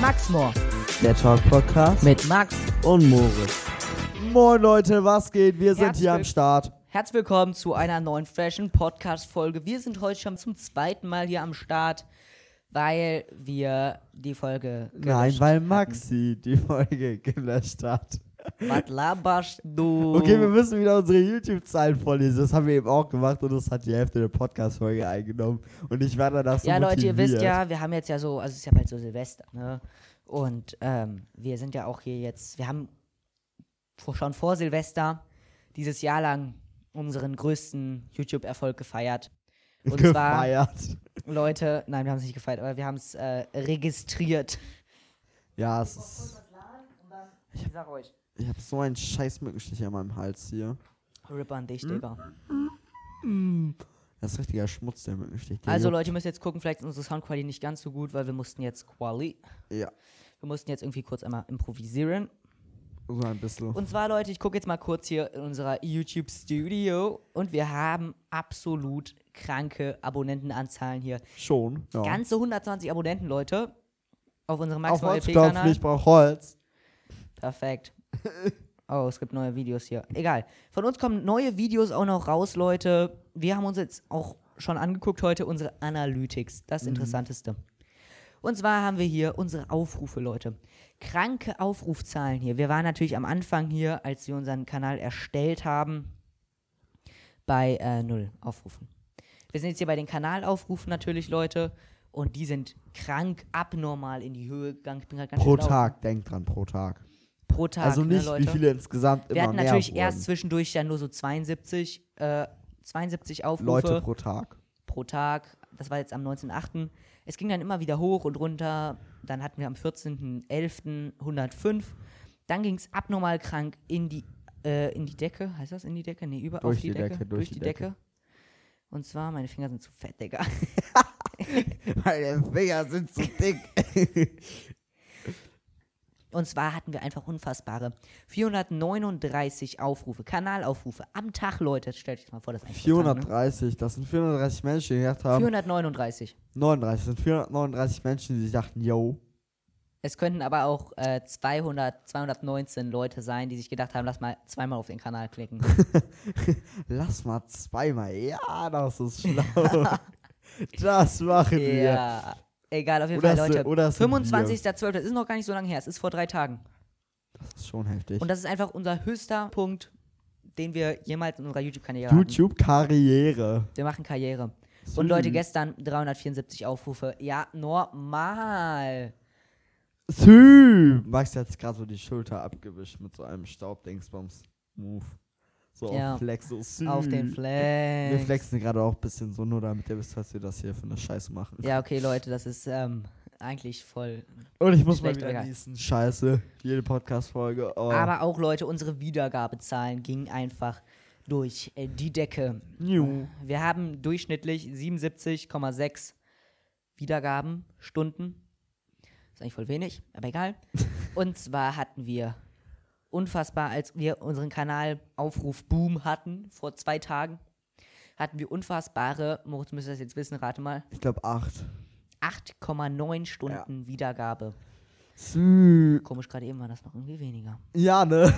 Max Mohr, Der Talk Podcast mit Max. und Moritz. Moin Leute, was geht? Wir sind hier am Herzlich- Start. Herzlich willkommen zu einer neuen Fashion Podcast Folge. Wir sind heute schon zum zweiten Mal hier am Start, weil wir die Folge. Nein, weil Maxi die Folge gelöscht hat. Was laberst du? Okay, wir müssen wieder unsere YouTube-Zahlen vorlesen. Das haben wir eben auch gemacht und das hat die Hälfte der Podcast-Folge eingenommen. Und ich war danach so ja, Leute, ihr wisst motiviert. ja, wir haben jetzt ja so, also es ist ja bald so Silvester, ne? Und ähm, wir sind ja auch hier jetzt, wir haben vor, schon vor Silvester dieses Jahr lang unseren größten YouTube-Erfolg gefeiert. Und zwar gefeiert. Leute, nein, wir haben es nicht gefeiert, aber wir haben es äh, registriert. Ja, es ist, Ich sag euch. ich habe so einen scheiß Mückenstich an meinem Hals hier. Rip an dich, Digga. Das ist richtiger Schmutz, der Mückenstich. der Also juckt. Leute, ihr müsst jetzt gucken, vielleicht ist unsere Soundqualität nicht ganz so gut, weil wir mussten jetzt Quali, Ja, wir mussten jetzt irgendwie kurz einmal improvisieren. so ein bisschen. Und zwar Leute, ich gucke jetzt mal kurz hier in unserer YouTube Studio und wir haben absolut kranke Abonnentenanzahlen hier. Schon. Ja. Ganze 120 Abonnenten, Leute, auf unserem Max Auf Neuer Holz klopfen, P-Kanal. ich brauch Holz. Perfekt. Oh, es gibt neue Videos hier. Egal. Von uns kommen neue Videos auch noch raus, Leute. Wir haben uns jetzt auch schon angeguckt heute unsere Analytics. Das Mhm. Interessanteste. Und zwar haben wir hier unsere Aufrufe, Leute. Kranke Aufrufzahlen hier. Wir waren natürlich am Anfang hier, als wir unseren Kanal erstellt haben, bei äh, null Aufrufen. Wir sind jetzt hier bei den Kanalaufrufen natürlich, Leute. Und die sind krank, abnormal in die Höhe gegangen. Ich bin grad ganz genau. Pro schön blau. Tag, denkt dran, pro Tag. Pro Tag. also nicht, ne, Leute? wie viele insgesamt Wir immer hatten mehr natürlich wurden. erst zwischendurch dann nur so 72, äh, 72 Aufrufe Leute pro, pro Tag. Tag. Das war jetzt am 19.8. Es ging dann immer wieder hoch und runter. Dann hatten wir am 14.11. 105. Dann ging es abnormal krank in die, äh, in die Decke. Heißt das in die Decke? Nee, über Durch auf die, die Decke. Decke, Durch die Decke. Und zwar, meine Finger sind zu fett, Digga. Meine Finger sind zu dick. Und zwar hatten wir einfach unfassbare 439 Aufrufe, Kanalaufrufe am Tag, Leute. Stellt euch mal vor, das ist eigentlich pro Tag, ne? 430, das sind 430 Menschen, die gedacht haben, 439. 39, das sind 439 Menschen, die sich dachten, yo, Es könnten aber auch äh, 200, 219 Leute sein, die sich gedacht haben, lass mal zweimal auf den Kanal klicken. lass mal zweimal. Ja, das ist schlau. das machen wir. ja. Egal, auf jeden Oder Fall, es sind- Leute. oder es sind 25.12. Das ist noch gar nicht so lange her. Es ist vor drei Tagen. Das ist schon heftig. Und das ist einfach unser höchster Punkt, den wir jemals in unserer YouTube-Karriere hatten. YouTube-Karriere. Wir machen Karriere. So Und Leute, süß. gestern 374 Aufrufe. Ja, normal. Sü. Max hat sich gerade so die Schulter abgewischt mit so einem Staubdingsbums-Move. So Ja. auf Flex, so sü. Auf den Hm. Wir Flex. flexen gerade auch ein bisschen so, nur damit ihr wisst, was wir das hier für eine Scheiße machen. Ja, okay, Leute, das ist ähm, eigentlich voll Und ich muss mal Schlecht, wieder egal. niesen. Scheiße. Jede Podcast-Folge. Oh. Aber auch Leute, unsere Wiedergabezahlen gingen einfach durch äh, die Decke. Äh, New. Wir haben durchschnittlich 77,6 Wiedergabenstunden. Ist eigentlich voll wenig, aber egal. Und zwar hatten wir unfassbar, als wir unseren Kanal Aufruf Boom hatten, vor zwei Tagen, hatten wir unfassbare, Moritz müsste das jetzt wissen, rate mal, Ich glaube 8. 8,9 Stunden Wiedergabe. Sü. Komisch, gerade eben war das noch irgendwie weniger. Ja, ne?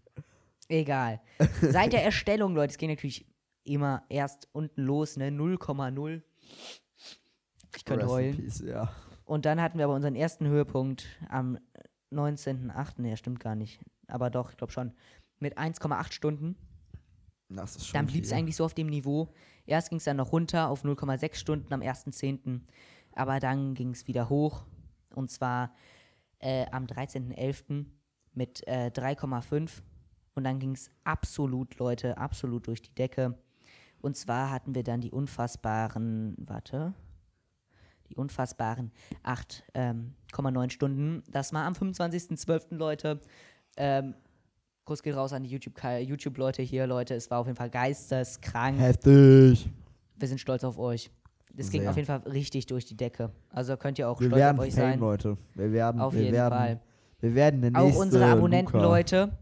Egal. Seit der Erstellung, Leute, es ging natürlich immer erst unten los, ne? 0,0. Ich könnte Rest in heulen. Peace, ja. Und dann hatten wir aber unseren ersten Höhepunkt am 19.8. Ne, stimmt gar nicht. Aber doch, ich glaube schon. Mit 1,8 Stunden. Das ist schon Dann blieb es viel. eigentlich so auf dem Niveau. Erst ging es dann noch runter auf 0,6 Stunden am 1.10. Aber dann ging es wieder hoch. Und zwar äh, am 13.11. mit äh, 3,5. Und dann ging es absolut, Leute, absolut durch die Decke. Und zwar hatten wir dann die unfassbaren, warte, die unfassbaren 8,9 Stunden. Das war am 25.12., Leute. Ähm, Kuss geht raus an die YouTube- YouTube-Leute hier, Leute. Es war auf jeden Fall geisteskrank. Heftig. Wir sind stolz auf euch. Es ging Sehr. auf jeden Fall richtig durch die Decke. Also könnt ihr auch Wir stolz werden auf euch Fame, sein. Leute. Wir werden. Auf wir jeden werden, Fall. Wir werden der Auch nächste unsere Abonnenten, Luca. Leute.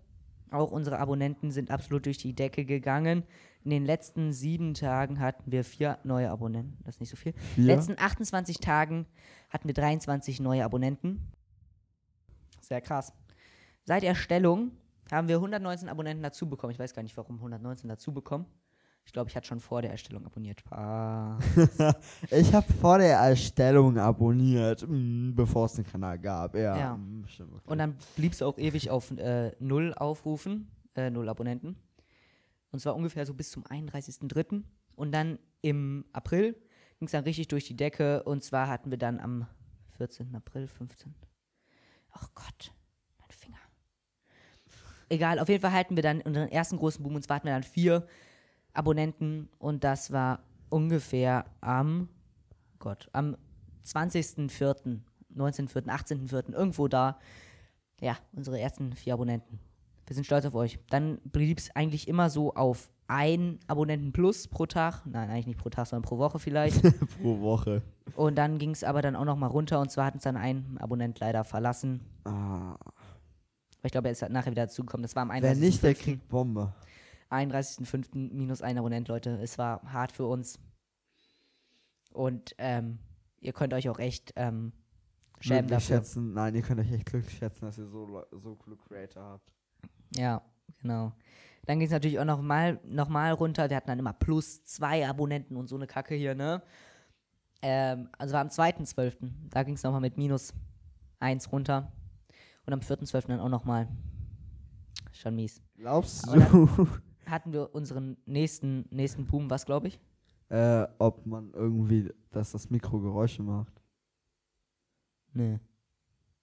Auch unsere Abonnenten sind absolut durch die Decke gegangen. In den letzten sieben Tagen hatten wir vier neue Abonnenten. Das ist nicht so viel. In Vier? den letzten 28 Tagen hatten wir 23 neue Abonnenten. Sehr krass. Seit Erstellung haben wir 119 Abonnenten dazu bekommen. Ich weiß gar nicht, warum 119 dazu bekommen. Ich glaube, ich hatte schon vor der Erstellung abonniert. Ah. Ich habe vor der Erstellung abonniert, mm, bevor es den Kanal gab. Ja, Ja. mm, stimmt. okay. Und dann blieb es auch ewig auf äh, null Aufrufen, äh, null Abonnenten. Und zwar ungefähr so bis zum 31.03. Und dann im April ging es dann richtig durch die Decke. Und zwar hatten wir dann am 14. April, 15. Ach Gott, mein Finger. Egal, auf jeden Fall hatten wir dann unseren ersten großen Boom. Und zwar hatten wir dann vier Abonnenten. Und das war ungefähr am, Gott, am 20.04., 19.04., 18.04., irgendwo da ja, unsere ersten vier Abonnenten. Wir sind stolz auf euch. Dann blieb es eigentlich immer so auf ein Abonnenten plus pro Tag. Nein, eigentlich nicht pro Tag, sondern pro Woche vielleicht. pro Woche. und dann ging es aber dann auch nochmal runter. Und zwar hat uns dann ein Abonnent leider verlassen. Ah. Aber ich glaube, er ist nachher wieder dazugekommen. Das war am Wer nicht, der 31.05. kriegt Bombe. 31.05. minus ein Abonnent, Leute. Es war hart für uns. Und ähm, ihr könnt euch auch echt ähm, schämen Glücklich dafür. schätzen. Nein, ihr könnt euch echt glücklich schätzen, dass ihr so, Leu- so coole Creator habt. Ja, genau. Dann ging es natürlich auch nochmal noch mal runter. Wir hatten dann immer plus zwei Abonnenten und so eine Kacke hier, ne? Ähm, also war am 2.12. Da ging es nochmal mit minus eins runter. Und am 4.12. dann auch nochmal. Schon mies. Glaubst Aber du, Hatten wir unseren nächsten, nächsten Boom, was glaube ich? äh, ob man irgendwie, dass das Mikro Geräusche macht? Nee.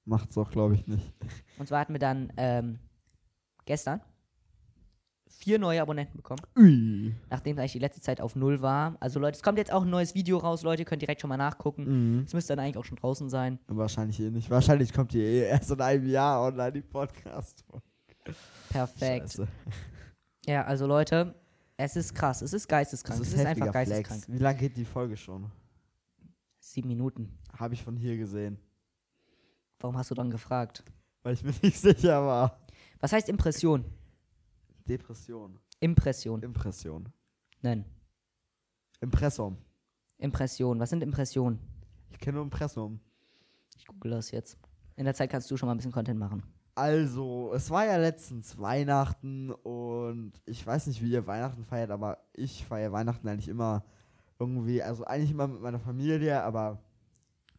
Macht's auch, glaube ich, nicht. Und zwar hatten wir dann ähm, gestern vier neue Abonnenten bekommen. Ui. Nachdem eigentlich die letzte Zeit auf Null war. Also Leute, es kommt jetzt auch ein neues Video raus, Leute, ihr könnt direkt schon mal nachgucken. Mhm. Es müsste dann eigentlich auch schon draußen sein. Wahrscheinlich eh nicht. Wahrscheinlich kommt ihr eh erst in einem Jahr online die Podcast. Oh, Perfekt. Scheiße. Ja, also Leute, es ist krass. Es ist geisteskrank. Das Es ist, ist, einfach heftiger Flex. geisteskrank. Wie lange geht die Folge schon? Sieben Minuten. Habe ich von hier gesehen. Warum hast du dann gefragt? Weil ich mir nicht sicher war. Was heißt Impression? Depression. Impression. Impression. Nein. Impressum. Impression. Was sind Impressionen? Ich kenne nur Impressum. Ich google das jetzt. In der Zeit kannst du schon mal ein bisschen Content machen. Also, es war ja letztens Weihnachten und ich weiß nicht, wie ihr Weihnachten feiert, aber ich feiere Weihnachten eigentlich immer irgendwie, also eigentlich immer mit meiner Familie, aber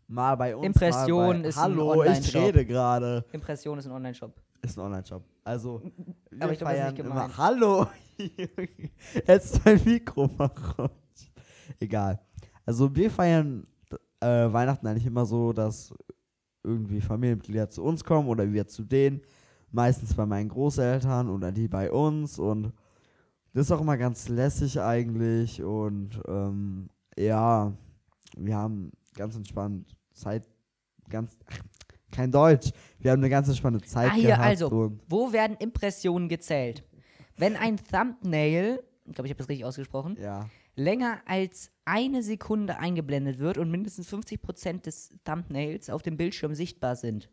mal bei uns. mal Impression bei, ist ein Hallo, ich Online-Shop. rede gerade. Impression ist ein Online-Shop. Ist ein Online-Shop. Also, wir Aber ich glaub, das ist feiern nicht immer. gemeint. Hallo, jetzt mein Mikro verrutscht. Egal. Also, wir feiern äh, Weihnachten eigentlich immer so, dass irgendwie Familienmitglieder zu uns kommen oder wir zu denen. Meistens bei meinen Großeltern oder die bei uns. Und das ist auch immer ganz lässig eigentlich. Und ähm, ja, wir haben ganz entspannt Zeit, ganz. Kein Deutsch. Wir haben eine ganz entspannte Zeit Ah, hier, gehabt. also. Und Wo werden Impressionen gezählt? Wenn ein Thumbnail, ich glaube, ich habe das richtig ausgesprochen, ja. länger als eine Sekunde eingeblendet wird und mindestens 50% des Thumbnails auf dem Bildschirm sichtbar sind,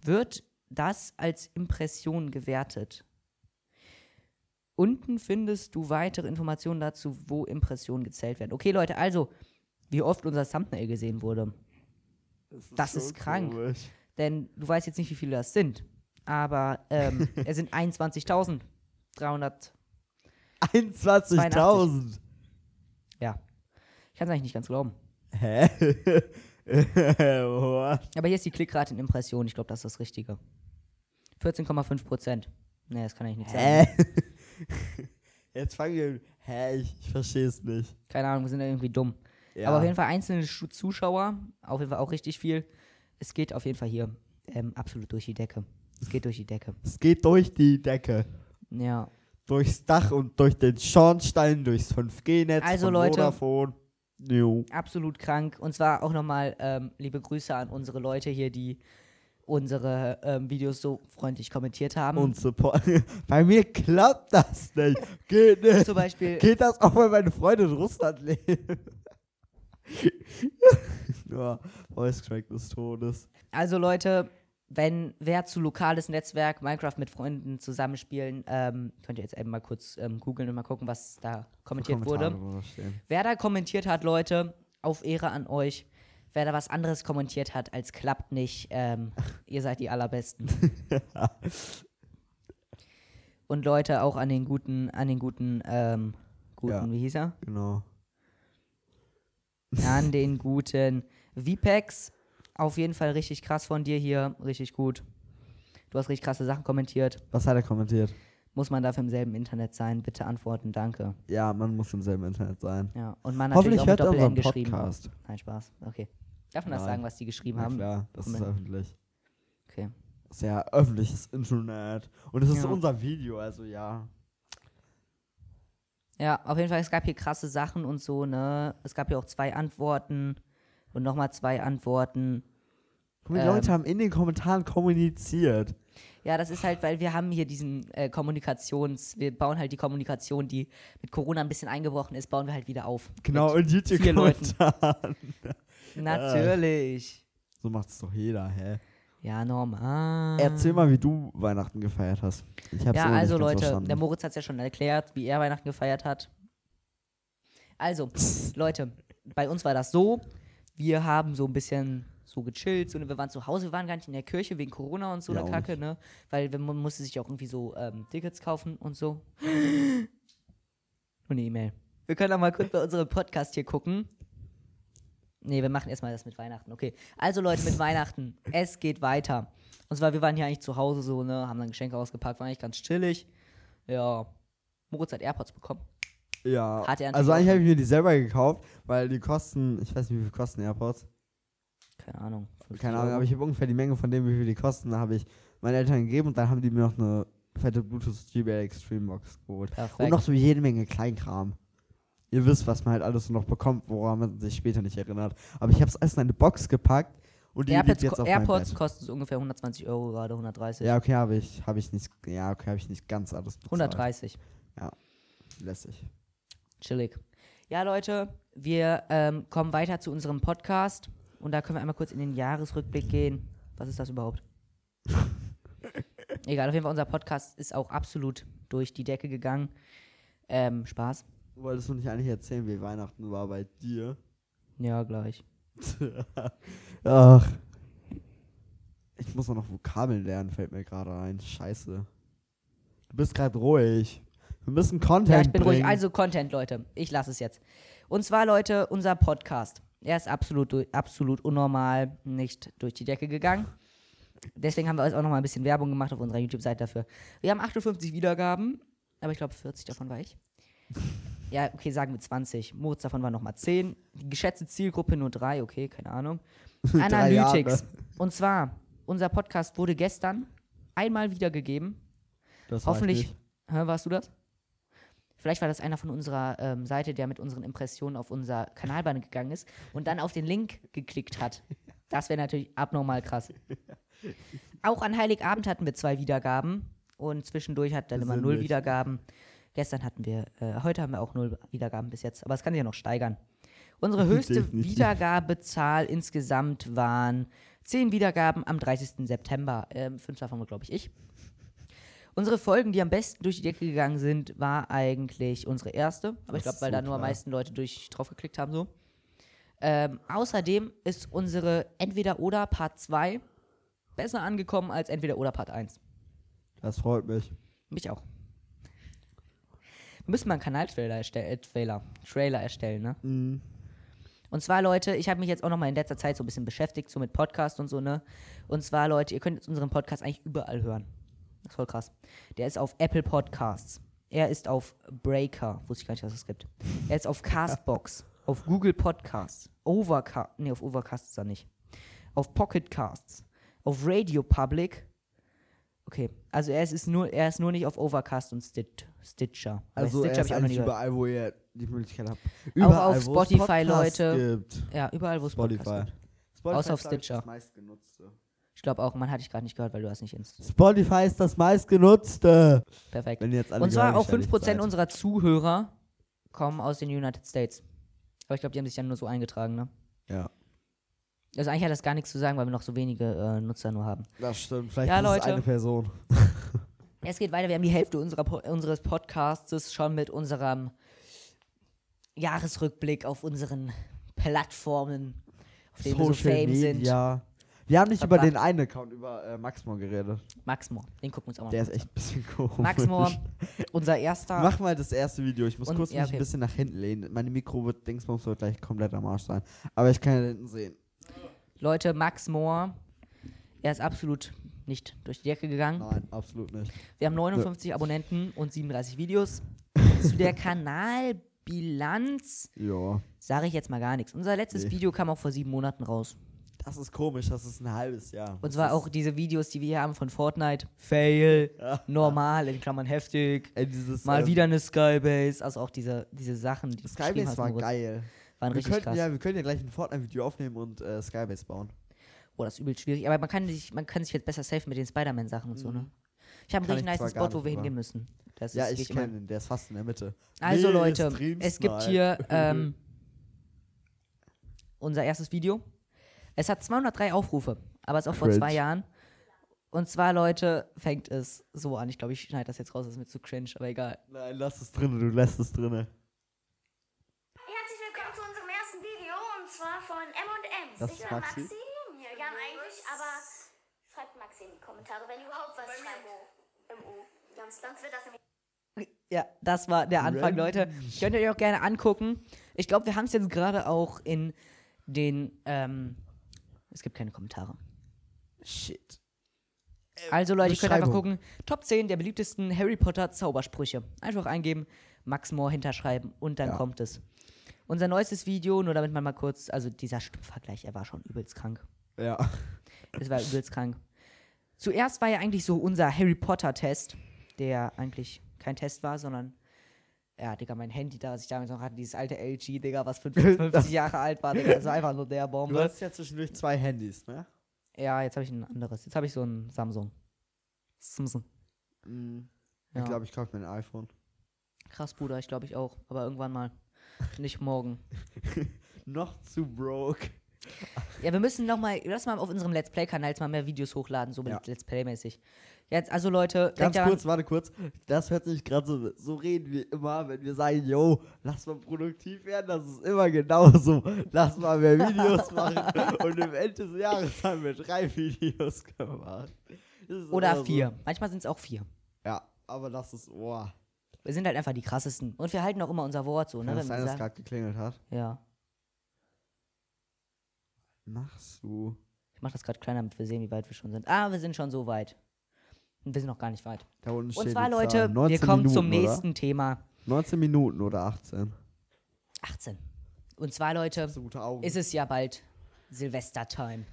wird das als Impression gewertet. Unten findest du weitere Informationen dazu, wo Impressionen gezählt werden. Okay, Leute, also, wie oft unser Thumbnail gesehen wurde. Das ist krank. Komisch. Denn du weißt jetzt nicht, wie viele das sind. Aber ähm, es sind 21.300. 21.000. Ja. Ich kann es eigentlich nicht ganz glauben. Hä? What? Aber hier ist die Klickrate in Impressionen. Ich glaube, das ist das Richtige. 14,5 Prozent. Nee, das kann ich nicht sagen. Hä? Jetzt fangen wir. Hä? Ich, ich verstehe es nicht. Keine Ahnung, wir sind ja irgendwie dumm. Ja. Aber auf jeden Fall einzelne Schu- Zuschauer, auf jeden Fall auch richtig viel. Es geht auf jeden Fall hier ähm, absolut durch die Decke. Es geht durch die Decke. Es geht durch die Decke. Ja. Durchs Dach und durch den Schornstein, durchs 5G-Netz. Also, von Leute. Vodafone. Jo. absolut krank. Und zwar auch nochmal ähm, liebe Grüße an unsere Leute hier, die unsere ähm, Videos so freundlich kommentiert haben. Und Support. Bei mir klappt das nicht. Geht nicht. Zum Beispiel, Geht das auch, weil meine Freunde in Russland leben? ja, Voice Crack des Todes. also Leute, wenn wer zu lokales Netzwerk Minecraft mit Freunden zusammenspielen, ähm, könnt ihr jetzt eben mal kurz ähm, googeln und mal gucken, was da kommentiert wurde. Kommentare drunter stehen. Wer da kommentiert hat, Leute, auf Ehre an euch. wer da was anderes kommentiert hat, als klappt nicht, ähm, ihr seid die Allerbesten. Und Leute auch an den guten, an den guten, ähm, guten, Ja. wie hieß er? Genau. An den guten Vipex. Auf jeden Fall richtig krass von dir hier, richtig gut. Du hast richtig krasse Sachen kommentiert. Was hat er kommentiert? Muss man dafür im selben Internet sein? Bitte antworten, danke. Ja, man muss im selben Internet sein. Ja, und man natürlich Hoffentlich auch mit hört er Doppel N unseren geschrieben. Podcast. Nein, Spaß. Okay. Darf man das Nein. sagen, was die geschrieben Ja, haben? klar, das ist Moment. öffentlich. Okay. Das ist ja öffentliches Internet. Und es ist Ja. unser Video, also ja. Ja, auf jeden Fall, es gab hier krasse Sachen und so, ne? Es gab hier auch zwei Antworten und nochmal zwei Antworten. Guck mal, die Ähm. Leute haben in den Kommentaren kommuniziert. Ja, das ist halt, weil wir haben hier diesen äh, Kommunikations, wir bauen halt die Kommunikation, die mit Corona ein bisschen eingebrochen ist, bauen wir halt wieder auf. Genau, Mit, in vier Leuten. YouTube-Kommentaren. natürlich. So macht es doch jeder, Ähm. hä? Ja, normal. Erzähl mal, wie du Weihnachten gefeiert hast. Ich hab's Ja, immer also nicht ganz Leute, verstanden. der Moritz hat es ja schon erklärt, wie er Weihnachten gefeiert hat. Also, Leute, bei uns war das so, wir haben so ein bisschen so gechillt, so, ne, wir waren zu Hause, wir waren gar nicht in der Kirche wegen Corona und so Ja, eine auch Kacke, ne? Weil wir- man musste sich auch irgendwie so ähm, Tickets kaufen und so. Nur eine E-Mail. Wir können auch mal kurz bei unserem Podcast hier gucken. Nee, wir machen erstmal das mit Weihnachten. Okay. Also Leute, mit Weihnachten. Es geht weiter. Und zwar, wir waren hier eigentlich zu Hause so, ne, haben dann Geschenke ausgepackt, waren eigentlich ganz chillig. Ja. Moritz hat AirPods bekommen. ja, Hat er natürlich also auch eigentlich schon. habe ich mir die selber gekauft, weil die kosten, ich weiß nicht, wie viel kosten AirPods. Keine Ahnung. 50 Keine Ahnung, Euro. aber ich habe ungefähr die Menge von dem, wie viel die kosten, da habe ich meinen Eltern gegeben und dann haben die mir noch eine fette Bluetooth GBL Extreme Box geholt. Perfekt. Und noch so jede Menge Kleinkram. Ihr wisst, was man halt alles so noch bekommt, woran man sich später nicht erinnert. Aber ich habe es alles in eine Box gepackt und die AirPods, liegt jetzt auf meinem AirPods Bett. kostet so ungefähr 120 Euro gerade, 130. Ja, okay, habe ich, habe ich nicht, ja, okay, habe ich nicht ganz alles bezahlt. 130. Lässig. Chillig. Ja, Leute, wir ähm, kommen weiter zu unserem Podcast. Und da können wir einmal kurz in den Jahresrückblick gehen. Was ist das überhaupt? Egal, auf jeden Fall, unser Podcast ist auch absolut durch die Decke gegangen. Ähm, Spaß. Du wolltest du nicht eigentlich erzählen, wie Weihnachten war bei dir? Ja, gleich. Ach. Ich muss auch noch Vokabeln lernen, fällt mir gerade ein. Scheiße. Du bist gerade ruhig. Wir müssen Content Ja, ich bin bringen. ruhig. Also Content, Leute. Ich lasse es jetzt. Und zwar, Leute, unser Podcast. Er ist absolut, du- absolut unnormal, nicht durch die Decke gegangen. Deswegen haben wir uns auch noch mal ein bisschen Werbung gemacht auf unserer YouTube-Seite dafür. Wir haben 58 Wiedergaben, aber ich glaube 40 davon war ich. Ja, okay, sagen wir 20. Moritz davon waren nochmal 10. Die geschätzte Zielgruppe nur 3, okay, keine Ahnung. Drei Jahre. Analytics. Und zwar, unser Podcast wurde gestern einmal wiedergegeben. Das war ich Hoffentlich. nicht. Hä, warst du das? Vielleicht war das einer von unserer ähm, Seite, der mit unseren Impressionen auf unser Kanalbanner gegangen ist und dann auf den Link geklickt hat. Das wäre natürlich abnormal krass. Auch an Heiligabend hatten wir zwei Wiedergaben und zwischendurch hat dann immer null Sinnlich. Wiedergaben. Gestern hatten wir, äh, heute haben wir auch null Wiedergaben bis jetzt, aber es kann sich ja noch steigern. Unsere höchste Definitiv. Wiedergabezahl insgesamt waren zehn Wiedergaben am 30. September. Ähm, fünf davon war, glaube ich, ich. Unsere Folgen, die am besten durch die Decke gegangen sind, war eigentlich unsere erste. Aber ich Das glaube, ist weil so da nur am klar. meisten Leute durch drauf geklickt haben, so. Ähm, außerdem ist unsere Entweder-Oder Part 2 besser angekommen als Entweder-Oder Part 1. Das freut mich. Mich auch. Wir müssen mal einen Kanaltrailer erstellen, äh, Trailer, Trailer erstellen, ne? Mhm. Und zwar, Leute, ich habe mich jetzt auch nochmal in letzter Zeit so ein bisschen beschäftigt, so mit Podcast und so, ne? Und zwar, Leute, ihr könnt jetzt unseren Podcast eigentlich überall hören. Das ist voll krass. Der ist auf Apple Podcasts. Er ist auf Breaker. Wusste ich gar nicht, dass es das gibt. Er ist auf Castbox. auf Google Podcasts. Overcast. Nee, auf Overcast ist er nicht. Auf Pocket Casts. Auf Radio Public. Okay, also er ist, ist nur, er ist nur nicht auf Overcast und Stitch, Stitcher. Weil Also Stitcher er hab ist eigentlich gehört. überall, wo ihr die Möglichkeit habt. Überall, auf wo es Spotify, Podcasts Leute. Gibt. Ja, überall, wo es Podcasts Spotify. gibt. Spotify Außer auf ist, glaub ich, Stitcher. das meistgenutzte. Ich glaube auch, man hatte ich gerade nicht gehört, weil du hast nicht ins. Spotify ist das meistgenutzte. Perfekt. Wenn ihr jetzt alle Und zwar auch gehörig 5% seid. unserer Zuhörer kommen aus den United States. Aber ich glaube, die haben sich dann nur so eingetragen, ne? Ja, Also eigentlich hat das gar nichts zu sagen, weil wir noch so wenige äh, Nutzer nur haben. das stimmt. Vielleicht Ja, ist es Leute. eine Person. Es geht weiter, wir haben die Hälfte unserer, Po- unseres Podcasts schon mit unserem Jahresrückblick auf unseren Plattformen, auf denen wir so fame sind. Wir haben nicht über Verbracht. den einen Account, über äh, Maxmore geredet. Max Mohr, den gucken wir uns auch mal Der an. ist echt ein bisschen komisch. Max Mohr, unser erster. Mach mal das erste Video. Ich muss Und- kurz ja, mich okay. ein bisschen nach hinten lehnen. Meine Mikro wird, Dingsbums wird gleich komplett am Arsch sein. Aber ich kann ja hinten sehen. Leute, Max Mohr, er ist absolut nicht durch die Decke gegangen. Nein, absolut nicht. Wir haben 59 Abonnenten und 37 Videos. Zu der Kanalbilanz Ja. sage ich jetzt mal gar nichts. Unser letztes Nee. Video kam auch vor sieben Monaten raus. Das ist komisch, das ist ein halbes Jahr. Und zwar auch diese Videos, die wir hier haben von Fortnite. Fail, normal, in Klammern heftig. Ey, dieses, Mal ähm, wieder eine Skybase. Also auch diese, diese Sachen, die du geschrieben Skybase hast, war Moritz, geil. waren Wir richtig könnten, krass. ja, wir können ja gleich ein Fortnite-Video aufnehmen und äh, Skybase bauen. Boah, Oh, das ist übel schwierig. Aber man kann sich, man kann sich jetzt besser safe mit den Spider-Man-Sachen und so, ne? Ich habe einen richtig Mhm. Kann ich zwar nice Spot, wo gar nicht, wir aber- hingehen müssen. Das ja, ist- ich geht immer- kenne den, der ist fast in der Mitte. Also Nee, Leute, stream's es gibt mal. hier ähm, unser erstes Video. Es hat 203 Aufrufe, aber es ist auch vor Cringe. zwei Jahren. Und zwar, Leute, fängt es so an. Ich glaube, ich schneide das jetzt raus, das ist mir zu cringe, aber egal. Nein, lass es drinne, du lässt es drinne. Herzlich willkommen zu unserem ersten Video und zwar von M&M's. Das ich ist bin Maxi. Maxi. Wir haben eigentlich, aber schreibt Maxi in die Kommentare, wenn ihr überhaupt was schreibt. Im U. Ganz Sonst wird das nämlich Ja, das war der Anfang, Leute. Könnt ihr euch auch gerne angucken. Ich glaube, wir haben es jetzt gerade auch in den. Ähm, es gibt keine Kommentare. Shit. Also Leute, ihr könnt einfach Beschreibung. gucken. Top 10 der beliebtesten Harry Potter Zaubersprüche. Einfach eingeben, Max Moore hinterschreiben und dann Ja. kommt es. Unser neuestes Video, nur damit man mal kurz, also dieser Stimmvergleich, er war schon übelst krank. Ja. Es war übelst krank. Zuerst war ja eigentlich so unser Harry Potter Test, der eigentlich kein Test war, sondern ja, Digga, mein Handy da, was ich damals noch hatte, dieses alte LG, Digga, was 55 Jahre alt war, Digga, das war einfach nur der Du Bombe. hast ja zwischendurch zwei Handys, ne? Ja, jetzt habe ich ein anderes. Jetzt habe ich so ein Samsung. Samsung. Ich Ja. glaube, Mm. ich kaufe mir ein iPhone. Krass, Bruder, ich glaube ich auch. Aber irgendwann mal. Nicht morgen. Noch zu broke. Ja, wir müssen nochmal, lass mal auf unserem Let's Play-Kanal jetzt mal mehr Videos hochladen, so mit Ja. Let's Play-mäßig. Jetzt, also Leute, Ganz denkt daran, kurz, warte kurz. Das hört sich gerade so, so reden wie immer, wenn wir sagen, yo, lass mal produktiv werden. Das ist immer genauso. Lass mal mehr Videos machen. Und im Ende des Jahres haben wir drei Videos gemacht. Das ist immer oder so. vier. Manchmal sind es auch vier. Ja, aber das ist, oh, boah. Wir sind halt einfach die krassesten. Und wir halten auch immer unser Wort so, ne? Kann Wenn das sein, wir dass sagen, gerade geklingelt hat? ja. Machst du. Ich mach das gerade kleiner, damit wir sehen, wie weit wir schon sind. Ah, wir sind schon so weit. Und wir sind noch gar nicht weit. Da unten Und steht zwar, jetzt da Leute, 19 wir kommen zum Minuten, nächsten Thema. Oder? 19 Minuten oder 18. 18. Und zwar, Leute, So gute Augen. ist es ja bald Silvester-Time.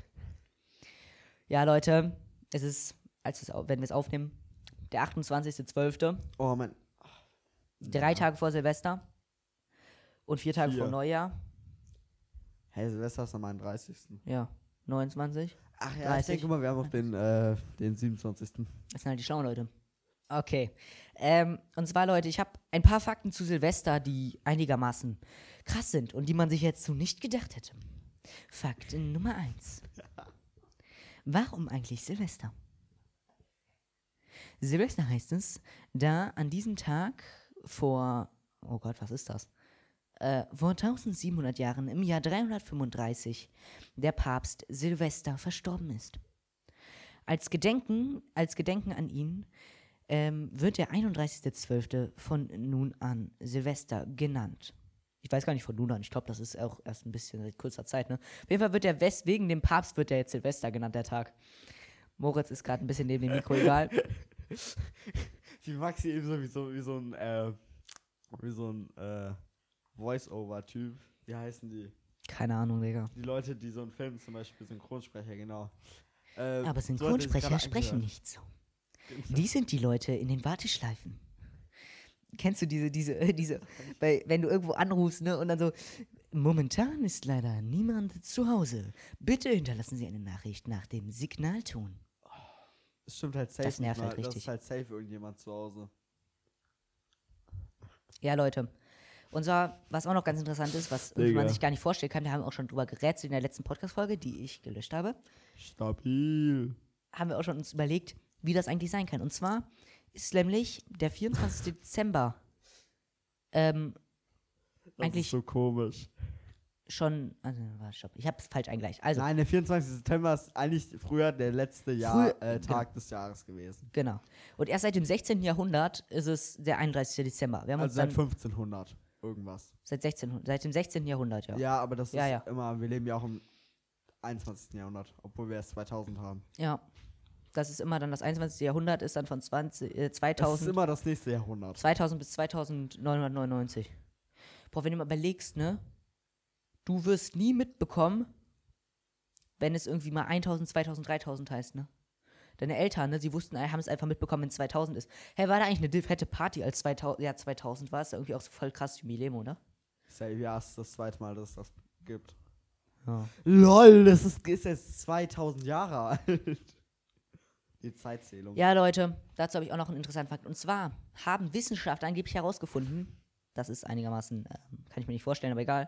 Ja, Leute, es ist, als wir's au- wenn wir es aufnehmen, der 28.12., oh, mein. drei Tage vor Silvester und vier Tage vor Vier. Neujahr. Hey, Silvester ist am 31. Ja, 29. Ach ja, ich 30. denke mal, wir haben noch den, äh, den 27. Das sind halt die schlauen Leute. Okay. Ähm, und zwar, Leute, ich habe ein paar Fakten zu Silvester, die einigermaßen krass sind und die man sich jetzt so nicht gedacht hätte. Fakt Nummer 1. Warum eigentlich Silvester? Silvester heißt es, da an diesem Tag vor, oh Gott, was ist das? Äh, vor 1700 Jahren, im Jahr 335, der Papst Silvester verstorben ist. Als Gedenken, als Gedenken an ihn ähm, wird der 31.12. von nun an Silvester genannt. Ich weiß gar nicht von nun an. Ich glaube, das ist auch erst ein bisschen seit kurzer Zeit. Ne? Auf jeden Fall wird der West, wegen dem Papst wird der jetzt Silvester genannt, der Tag. Moritz ist gerade ein bisschen neben dem Mikro egal. Wie Maxi eben so wie so, wie so ein, äh, wie so ein, äh, Voice-Over-Typ. Wie heißen die? Keine Ahnung, Digga. Die Leute, die so einen Film zum Beispiel Synchronsprecher, genau. Äh, Aber so Leute, die sich Synchronsprecher gerade sprechen anhören. nicht so. Die sind die Leute in den Warteschleifen. Kennst du diese, diese, äh, diese, bei, wenn du irgendwo anrufst, ne, und dann so, momentan ist leider niemand zu Hause. Bitte hinterlassen Sie eine Nachricht nach dem Signalton. Das stimmt halt safe. Das nervt nicht halt mal. Das richtig. ist halt safe irgendjemand zu Hause. Ja, Leute. Und zwar, was auch noch ganz interessant ist, was man Digga. sich gar nicht vorstellen kann, da haben wir auch schon drüber gerätselt in der letzten Podcast-Folge, die ich gelöscht habe. Stabil. haben wir auch schon uns überlegt, wie das eigentlich sein kann. Und zwar ist nämlich der 24. Dezember ähm, Das Eigentlich- ist so komisch. schon. Also, warte, stopp. Ich habe es falsch eingeleitet. Also, Nein, der 24. September ist eigentlich früher der letzte Jahr, Früher- äh, Tag des Jahres gewesen. genau. Und erst seit dem 16. Jahrhundert ist es der 31. Dezember. Wir haben Also uns dann seit 1500 irgendwas. seit, 16, seit dem 16. Jahrhundert, ja. Ja, ja. aber das ist Ja, ja. immer, wir leben ja auch im 21. Jahrhundert, obwohl wir erst 2000 haben. Das ist immer dann das 21. Jahrhundert, ist dann von 20, äh, Das ist 2000, immer das nächste Jahrhundert. 2000 bis 2999. Boah, wenn du mal überlegst, ne? Du wirst nie mitbekommen, wenn es irgendwie mal 1000, 2000, 3000 heißt, ne? Deine Eltern, ne, sie wussten, haben es einfach mitbekommen, wenn es 2000 ist. Hey, war da eigentlich eine diff- fette Party, als 2000, ja, 2000 war? Ist ja irgendwie auch so voll krass Jubiläum, oder? Save ja, es ist das zweite Mal, dass es das gibt. Ja. LOL, das ist, ist jetzt 2000 Jahre alt. Die Zeitzählung. Ja, Leute, dazu habe ich auch noch einen interessanten Fakt. Und zwar haben Wissenschaftler angeblich herausgefunden, das ist einigermaßen, ähm, kann ich mir nicht vorstellen, aber egal.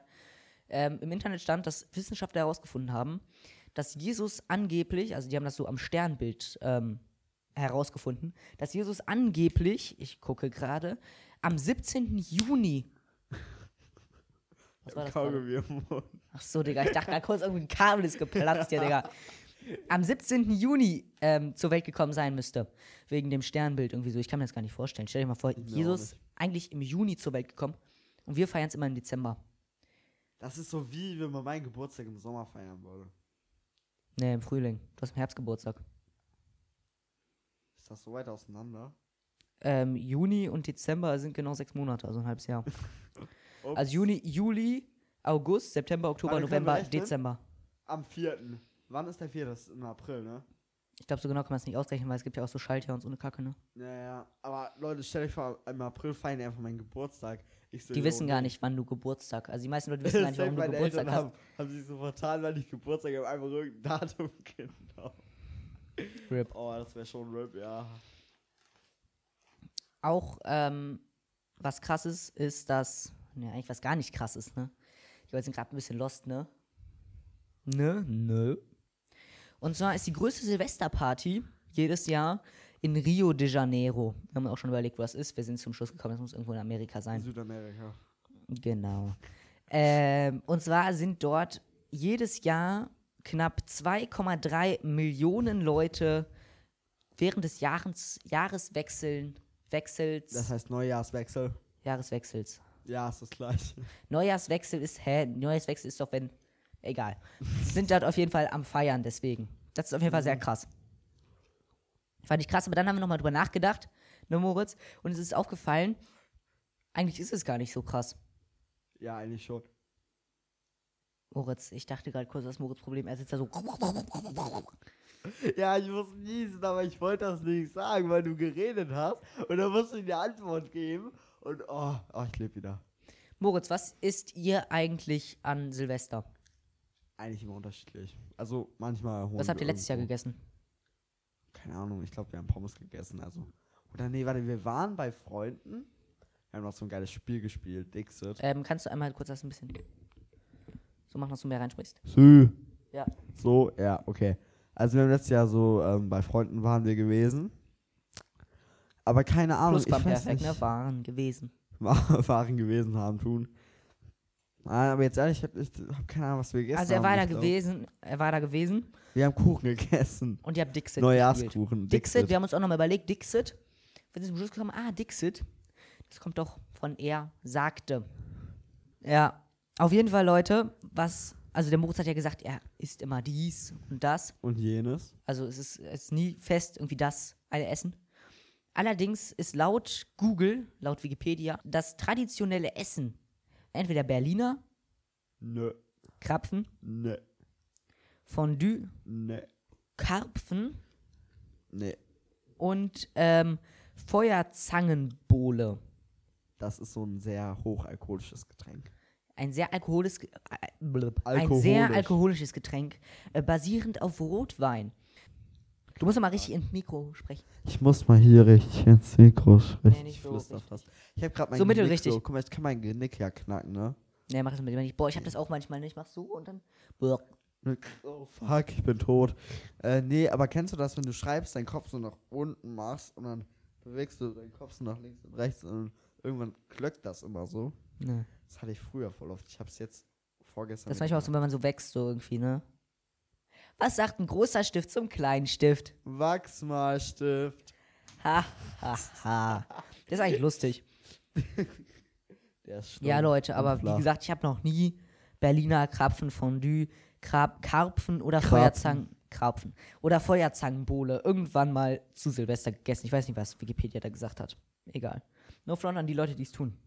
Ähm, Im Internet stand, dass Wissenschaftler herausgefunden haben, dass Jesus angeblich, also die haben das so am Sternbild ähm, herausgefunden, dass Jesus angeblich, ich gucke gerade, am 17. Juni. Was war das? gerade? Kaugummi im Mund. Ach so, Digga, ich dachte gerade kurz, irgendwie ein Kabel ist geplatzt hier, Digga. Am 17. Juni ähm, zur Welt gekommen sein müsste. Wegen dem Sternbild irgendwie so. Ich kann mir das gar nicht vorstellen. Stell dir mal vor, auch Jesus eigentlich im Juni zur Welt gekommen und wir feiern es immer im Dezember. Das ist so wie, wenn man meinen Geburtstag im Sommer feiern würde. Nee, ne, im Frühling. Du hast im Herbstgeburtstag. Ist das so weit auseinander? Ähm, Juni und Dezember sind genau sechs Monate, also ein halbes Jahr. Ups. Also Juni, Juli, August, September, Oktober, Warte, können ne? wir November, rechnen? Dezember. Am 4. Wann ist der 4.? Das ist im April, ne? Ich glaube, so genau kann man es nicht ausrechnen, weil es gibt ja auch so Schaltjahr und so eine Kacke, ne? Naja, aber Leute, stellt euch vor, im April feiern die einfach meinen Geburtstag. Ich so, Die yo, wissen gar nee. nicht, wann du Geburtstag Also die meisten Leute wissen gar nicht, Safe, warum du meine Geburtstag Eltern hast. haben, haben sich so vertan, weil ich Geburtstag habe, einfach irgendein Datum genau. Rip. Oh, das wäre schon RIP, ja. auch ähm, was krass ist, ist, dass. Ne, eigentlich was gar nicht krass ist, ne? Ich war jetzt gerade ein bisschen lost, ne? Ne? Nö. Und zwar ist die größte Silvesterparty jedes Jahr in Rio de Janeiro. Wir haben auch schon überlegt, wo das ist. Wir sind zum Schluss gekommen, das muss irgendwo in Amerika sein. Südamerika. Genau. Ähm, und zwar sind dort jedes Jahr knapp 2,3 Millionen Leute während des Jahres, Jahreswechseln, Wechsels. Das heißt Neujahrswechsel. Jahreswechsels. Ja, ist das gleiche. Neujahrswechsel ist, hä? Neujahrswechsel ist doch, wenn. Egal. Sind dort auf jeden Fall am Feiern, deswegen. Das ist auf jeden Fall Mhm. sehr krass. Fand ich krass, aber dann haben wir nochmal drüber nachgedacht, ne, Moritz? Und es ist aufgefallen, eigentlich ist es gar nicht so krass. Ja, eigentlich schon. Moritz, ich dachte gerade kurz, das Moritz Problem, er sitzt da so. Ja, ich muss niesen, aber ich wollte das nicht sagen, weil du geredet hast. Und dann musst du dir eine Antwort geben. Und oh, oh ich lebe wieder. Moritz, was isst ihr eigentlich an Silvester? Eigentlich immer unterschiedlich. Also manchmal holen Was habt ihr letztes Jahr irgendwo- gegessen? Keine Ahnung, ich glaube, wir haben Pommes gegessen. Also. Oder nee, warte, wir waren bei Freunden. Wir haben noch so ein geiles Spiel gespielt, Dixit. Ähm, kannst du einmal kurz das ein bisschen so machen, dass du mehr reinsprichst? Sü. Ja. So, ja, okay. Also wir haben letztes Jahr so ähm, bei Freunden waren wir gewesen. Aber keine Ahnung, Plus Also ich weiß perfekt, nicht, ne? Waren gewesen. wa- waren gewesen haben tun. Nein, aber jetzt ehrlich, ich habe hab keine Ahnung, was wir gegessen Also er haben. war da ich glaub. gewesen, er war da gewesen Wir haben Kuchen gegessen. und ihr habt Dixit gespielt. Neujahrskuchen. Dixit, wir haben uns auch nochmal überlegt, Dixit, wir sind zum Schluss gekommen, ah, Dixit, das kommt doch von er sagte. Ja, auf jeden Fall, Leute, was, also der Moritz hat ja gesagt, er isst immer dies und das, Und jenes. also es ist, es ist nie fest irgendwie das eine Essen. Allerdings ist laut Google, laut Wikipedia, das traditionelle Essen entweder Berliner, Nö, Krapfen, nö, Fondue, nö, Karpfen nee. und ähm, Feuerzangenbowle. Das ist so ein sehr hochalkoholisches Getränk. Ein sehr, alkoholis äh, blub, ein Alkoholisch. sehr alkoholisches Getränk, äh, basierend auf Rotwein. Du musst doch mal richtig ins Mikro sprechen. Ich muss mal hier richtig ins Mikro sprechen. Nee, nicht ich so flüster richtig. fast. Ich habe gerade mein So mittel Genick richtig. So, guck mal, ich kann mein Genick ja knacken, ne? Nee, mach das mit dir nicht. Boah, ich hab das auch manchmal nicht. Ich mach so und dann. Blub. Oh fuck, ich bin tot. Äh, nee, aber kennst du das, wenn du schreibst, deinen Kopf so nach unten machst und dann bewegst du deinen Kopf so nach links und rechts und irgendwann klöckt das immer so? Nee. Das hatte ich früher voll oft. Ich hab's jetzt vorgestern. Das ist manchmal auch so, wenn man so wächst, so irgendwie, ne? Was sagt ein großer Stift zum kleinen Stift? Wachsmalstift. Ha, ha, ha. Das ist eigentlich lustig. Der ist schlimm. Ja, Leute, aber wie Flach. gesagt, ich habe noch nie Berliner Krapfenfondue, Krab Karpfen oder Krapfen. Feuerzangen. Krapfen. Oder Feuerzangenbowle irgendwann mal zu Silvester gegessen. Ich weiß nicht, was Wikipedia da gesagt hat. Egal. No front an die Leute, die es tun.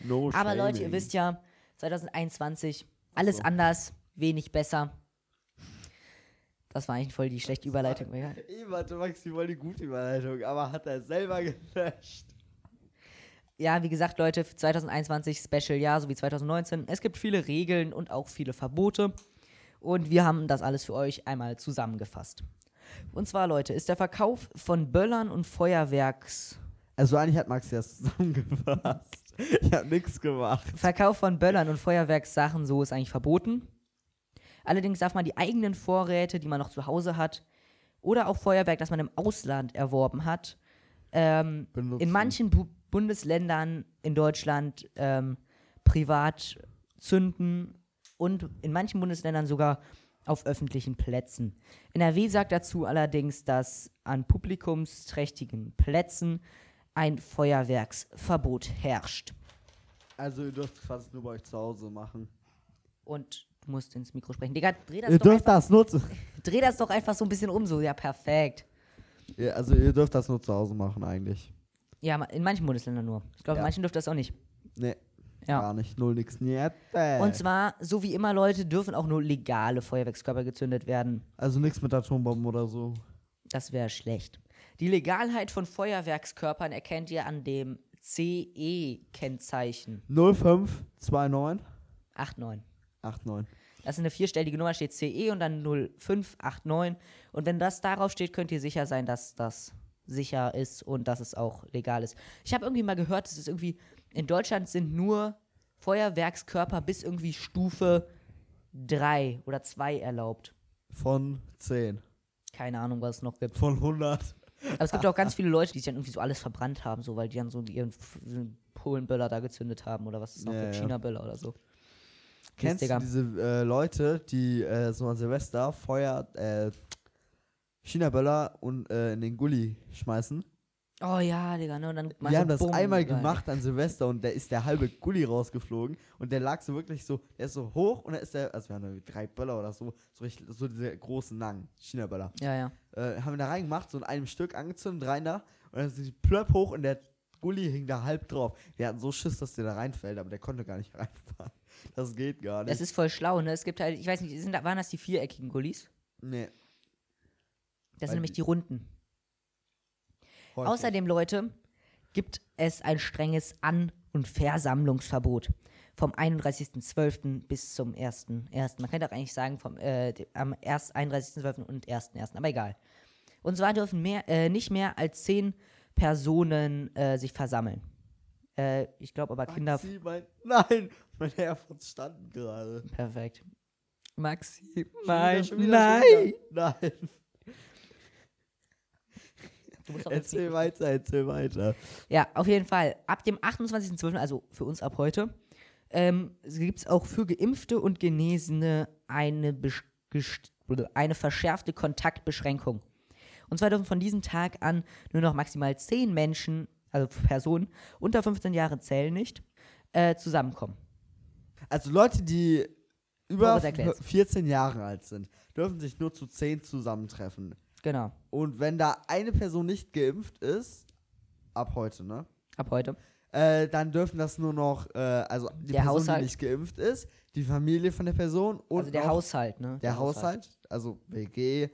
No Aber Leute, ihr shaming. wisst ja, 2021, alles so. anders, wenig besser. Das war eigentlich voll die schlechte Überleitung. aber egal. Ich warte, Maxi wollte eine gute Überleitung, aber hat er selber gelöscht. Ja, wie gesagt, Leute, 2021 Special Jahr, so wie 2019. Es gibt viele Regeln und auch viele Verbote. Und wir haben das alles für euch einmal zusammengefasst. Und zwar, Leute, ist der Verkauf von Böllern und Feuerwerks. Also eigentlich hat Maxi das zusammengefasst. Ich hab nix gemacht. Verkauf von Böllern und Feuerwerkssachen so ist eigentlich verboten. Allerdings darf man die eigenen Vorräte, die man noch zu Hause hat, oder auch Feuerwerk, das man im Ausland erworben hat, ähm, Benutzen. in manchen Bu Bundesländern in Deutschland ähm, privat zünden und in manchen Bundesländern sogar auf öffentlichen Plätzen. NRW sagt dazu allerdings, dass an publikumsträchtigen Plätzen ein Feuerwerksverbot herrscht. Also ihr dürft fast nur bei euch zu Hause machen. Und du musst ins Mikro sprechen. Digga, dreh das, Ihr doch dürft einfach, das nur zu dreh das doch einfach so ein bisschen um. So, ja, perfekt. Ja, also ihr dürft das nur zu Hause machen eigentlich. Ja, ma- in manchen Bundesländern nur. Ich glaube, in Ja. manchen dürft das auch nicht. Nee, Ja. gar nicht. Null nix. Nee, äh. Und zwar, so wie immer, Leute, dürfen auch nur legale Feuerwerkskörper gezündet werden. also nichts mit Atombomben oder so. Das wäre schlecht. Die Legalheit von Feuerwerkskörpern erkennt ihr an dem E CE-Kennzeichen 0529 89. 89. Das ist eine vierstellige Nummer, steht CE und dann 0589. Und wenn das darauf steht, könnt ihr sicher sein, dass das sicher ist und dass es auch legal ist. Ich habe irgendwie mal gehört, es ist irgendwie, in Deutschland sind nur Feuerwerkskörper bis irgendwie Stufe 3 oder 2 erlaubt. Von 10. Keine Ahnung, was es noch gibt. Von 100. Aber es Ah, gibt auch ganz viele Leute, die sich dann irgendwie so alles verbrannt haben, so weil die dann so ihren F- so einen Polenböller da gezündet haben oder was ist noch Ja, gibt, ja. China-Böller oder so. Kennst Digga. du diese äh, Leute, die äh, so an Silvester Feuer, äh, China-Böller und äh, in den Gully schmeißen? Oh ja, Digga, ne? Und dann Wir haben das einmal Digga. gemacht an Silvester und da ist der halbe Gully rausgeflogen und der lag so wirklich so, der ist so hoch und da ist der, also wir haben da irgendwie drei Böller oder so, so, richtig, so diese großen langen China-Böller. Ja, ja. äh, haben wir da reingemacht, so in einem Stück angezündet, rein da. Und dann sind die plöpp hoch und der Gulli hing da halb drauf. Wir hatten so Schiss, dass der da reinfällt, aber der konnte gar nicht reinfahren. Das geht gar nicht. Das ist voll schlau, ne? Es gibt halt, ich weiß nicht, sind, da- waren das die viereckigen Gullis? nee, Das Weil sind nämlich die- die runden. häufig. Außerdem, Leute, gibt es ein strenges An- und Versammlungsverbot vom 31.12. bis zum 1.1. Man könnte auch eigentlich sagen vom äh, de- am 1. 31.12. und 1.1., aber egal. Und zwar dürfen mehr, äh, nicht mehr als zehn Personen äh, sich versammeln. Äh, ich glaube aber Kinder... Maxi, mein, nein, mein Herr verstanden gerade. Perfekt. Maxi, Nein, mein... Nein! Nein, Du musst doch jetzt erzähl weiter, erzähl weiter. Ja, auf jeden Fall. Ab dem 28.12., also für uns ab heute, ähm, gibt es auch für Geimpfte und Genesene eine, besch- gest- eine verschärfte Kontaktbeschränkung. Und zwar dürfen von diesem Tag an nur noch maximal 10 Menschen, also Personen unter 15 Jahren zählen nicht, äh, zusammenkommen. Also Leute, die über Moritz erklärt's. 14 Jahre alt sind, dürfen sich nur zu 10 zusammentreffen. Genau, Und wenn da eine Person nicht geimpft ist, ab heute, ne? ab heute. äh, dann dürfen das nur noch, äh, also die Der Person, Haushalt. die nicht geimpft ist, die Familie von der Person und also der noch Haushalt, ne? der Haushalt, also WG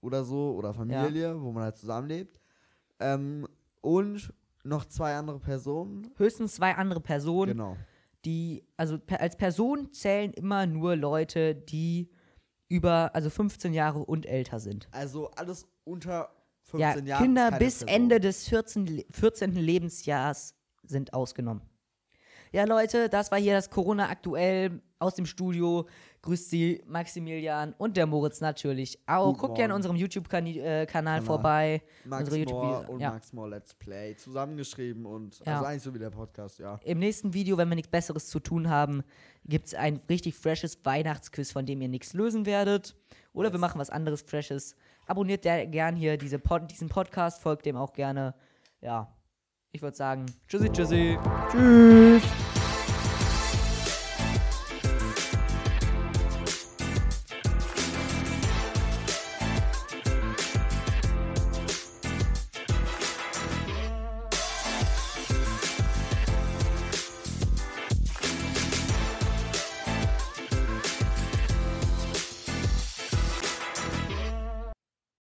oder so oder Familie, wo man halt zusammenlebt. Ähm, und noch zwei andere Personen. Höchstens zwei andere Personen. genau. die, also per, als Person zählen immer nur Leute, die über, also 15 Jahre und älter sind. Also alles unter Ja, 15 Jahren. Kinder ist keine bis Person. Ende des 14, Le- 14. Lebensjahres sind ausgenommen. Ja, Leute, das war hier das Corona-Aktuell aus dem Studio grüßt sie Maximilian und der Moritz natürlich. Auch Guten guckt ja in Morgen. unserem YouTube-Kanal Kanal. vorbei. Max unsere Moore YouTube-Videos. und ja. Max Moore Let's Play zusammengeschrieben und Ja. also eigentlich so wie der Podcast, ja. Im nächsten Video, wenn wir nichts Besseres zu tun haben, gibt es ein richtig freshes Weihnachtsquiz, von dem ihr nichts lösen werdet. Oder wir machen was anderes Freshes. Abonniert der gern hier diese Pod diesen Podcast, folgt dem auch gerne. Ja, ich würde sagen, tschüssi, tschüssi. Tschüss.